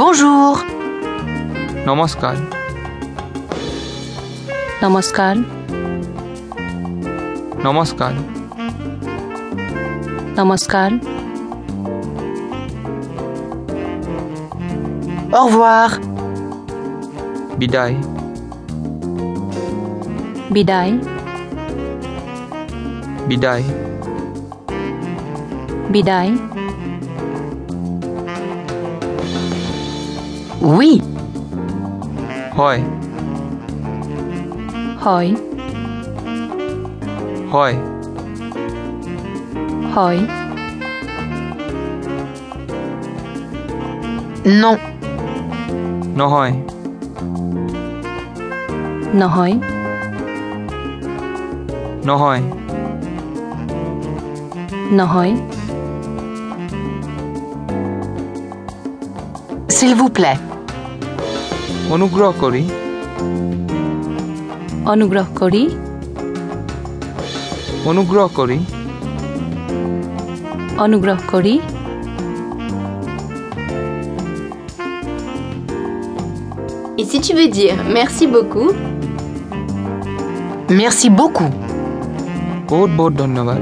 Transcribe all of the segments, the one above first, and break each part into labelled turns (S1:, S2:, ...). S1: Bonjour.
S2: নমস্কার
S1: নমস্কার
S2: নমস্কার
S1: নমস্কার Au revoir.
S2: বিদায়
S1: বিদায়
S2: বিদায়
S1: বিদায় Oui,
S2: হয়
S1: হয়
S2: হয়
S1: হয় Non,
S2: নহয়
S1: নহয়
S2: নহয়
S1: নহয় S'il vous plaît.
S2: অনুগ্রহ কৰি
S1: অনুগ্রহ কৰি
S2: অনুগ্রহ কৰি
S1: অনুগ্রহ কৰি
S3: Et si tu veux dire merci beaucoup,
S1: Merci beaucoup.
S2: বহুত বহুত ধন্যবাদ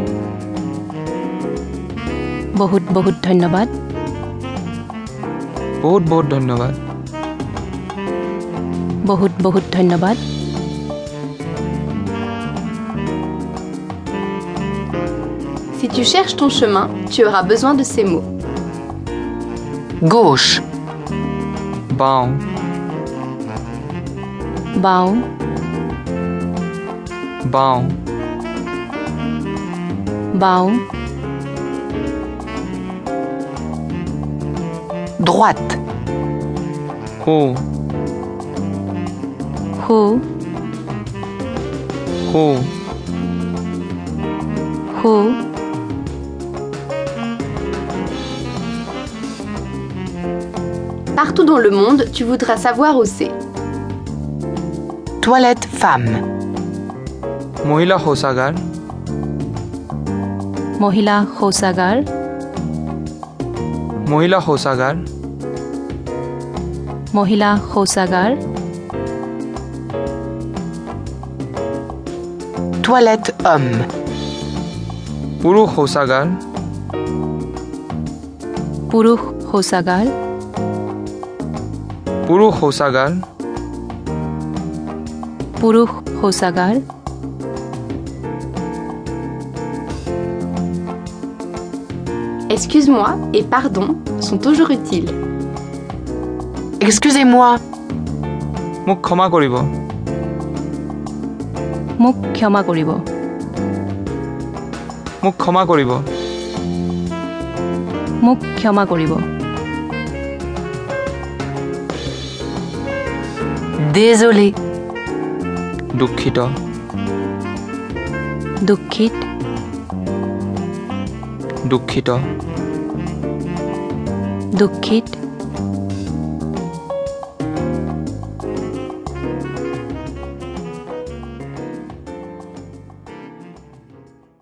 S1: বহুত বহুত ধন্যবাদ
S2: বহুত বহুত ধন্যবাদ
S1: বহুত বহুত ধন্যবাদ
S3: si tu cherches ton chemin, tu auras besoin de ces mots.
S1: Gauche.
S2: বাওঁ
S1: বাওঁ
S2: বাওঁ
S1: বাওঁ Droite.
S2: সোঁ
S1: সো
S2: সোঁ
S1: সো
S3: Partout dans le monde, tu voudras savoir où c'est.
S1: Toilette femme.
S2: মহিলা শৌচাগাৰ
S1: মহিলা শৌচাগাৰ
S2: মহিলা শৌচাগাৰ
S1: মহিলা শৌচাগাৰ
S4: Toilette homme.
S2: পুৰুষ শৌচাগাৰ
S1: পুৰুষ শৌচাগাৰ
S2: পুৰুষ শৌচাগাৰ
S1: পুৰুষ শৌচাগাৰ
S3: Excuse-moi et pardon sont toujours utiles.
S4: Excusez-moi.
S2: মোক ক্ষমা কৰিব
S1: মোক ক্ষমা কৰিব
S2: মোক ক্ষমা কৰিব
S1: মোক ক্ষমা কৰিব
S4: Désolé.
S2: দুখিত
S1: দুখিত
S2: দুখিত
S1: দুখিত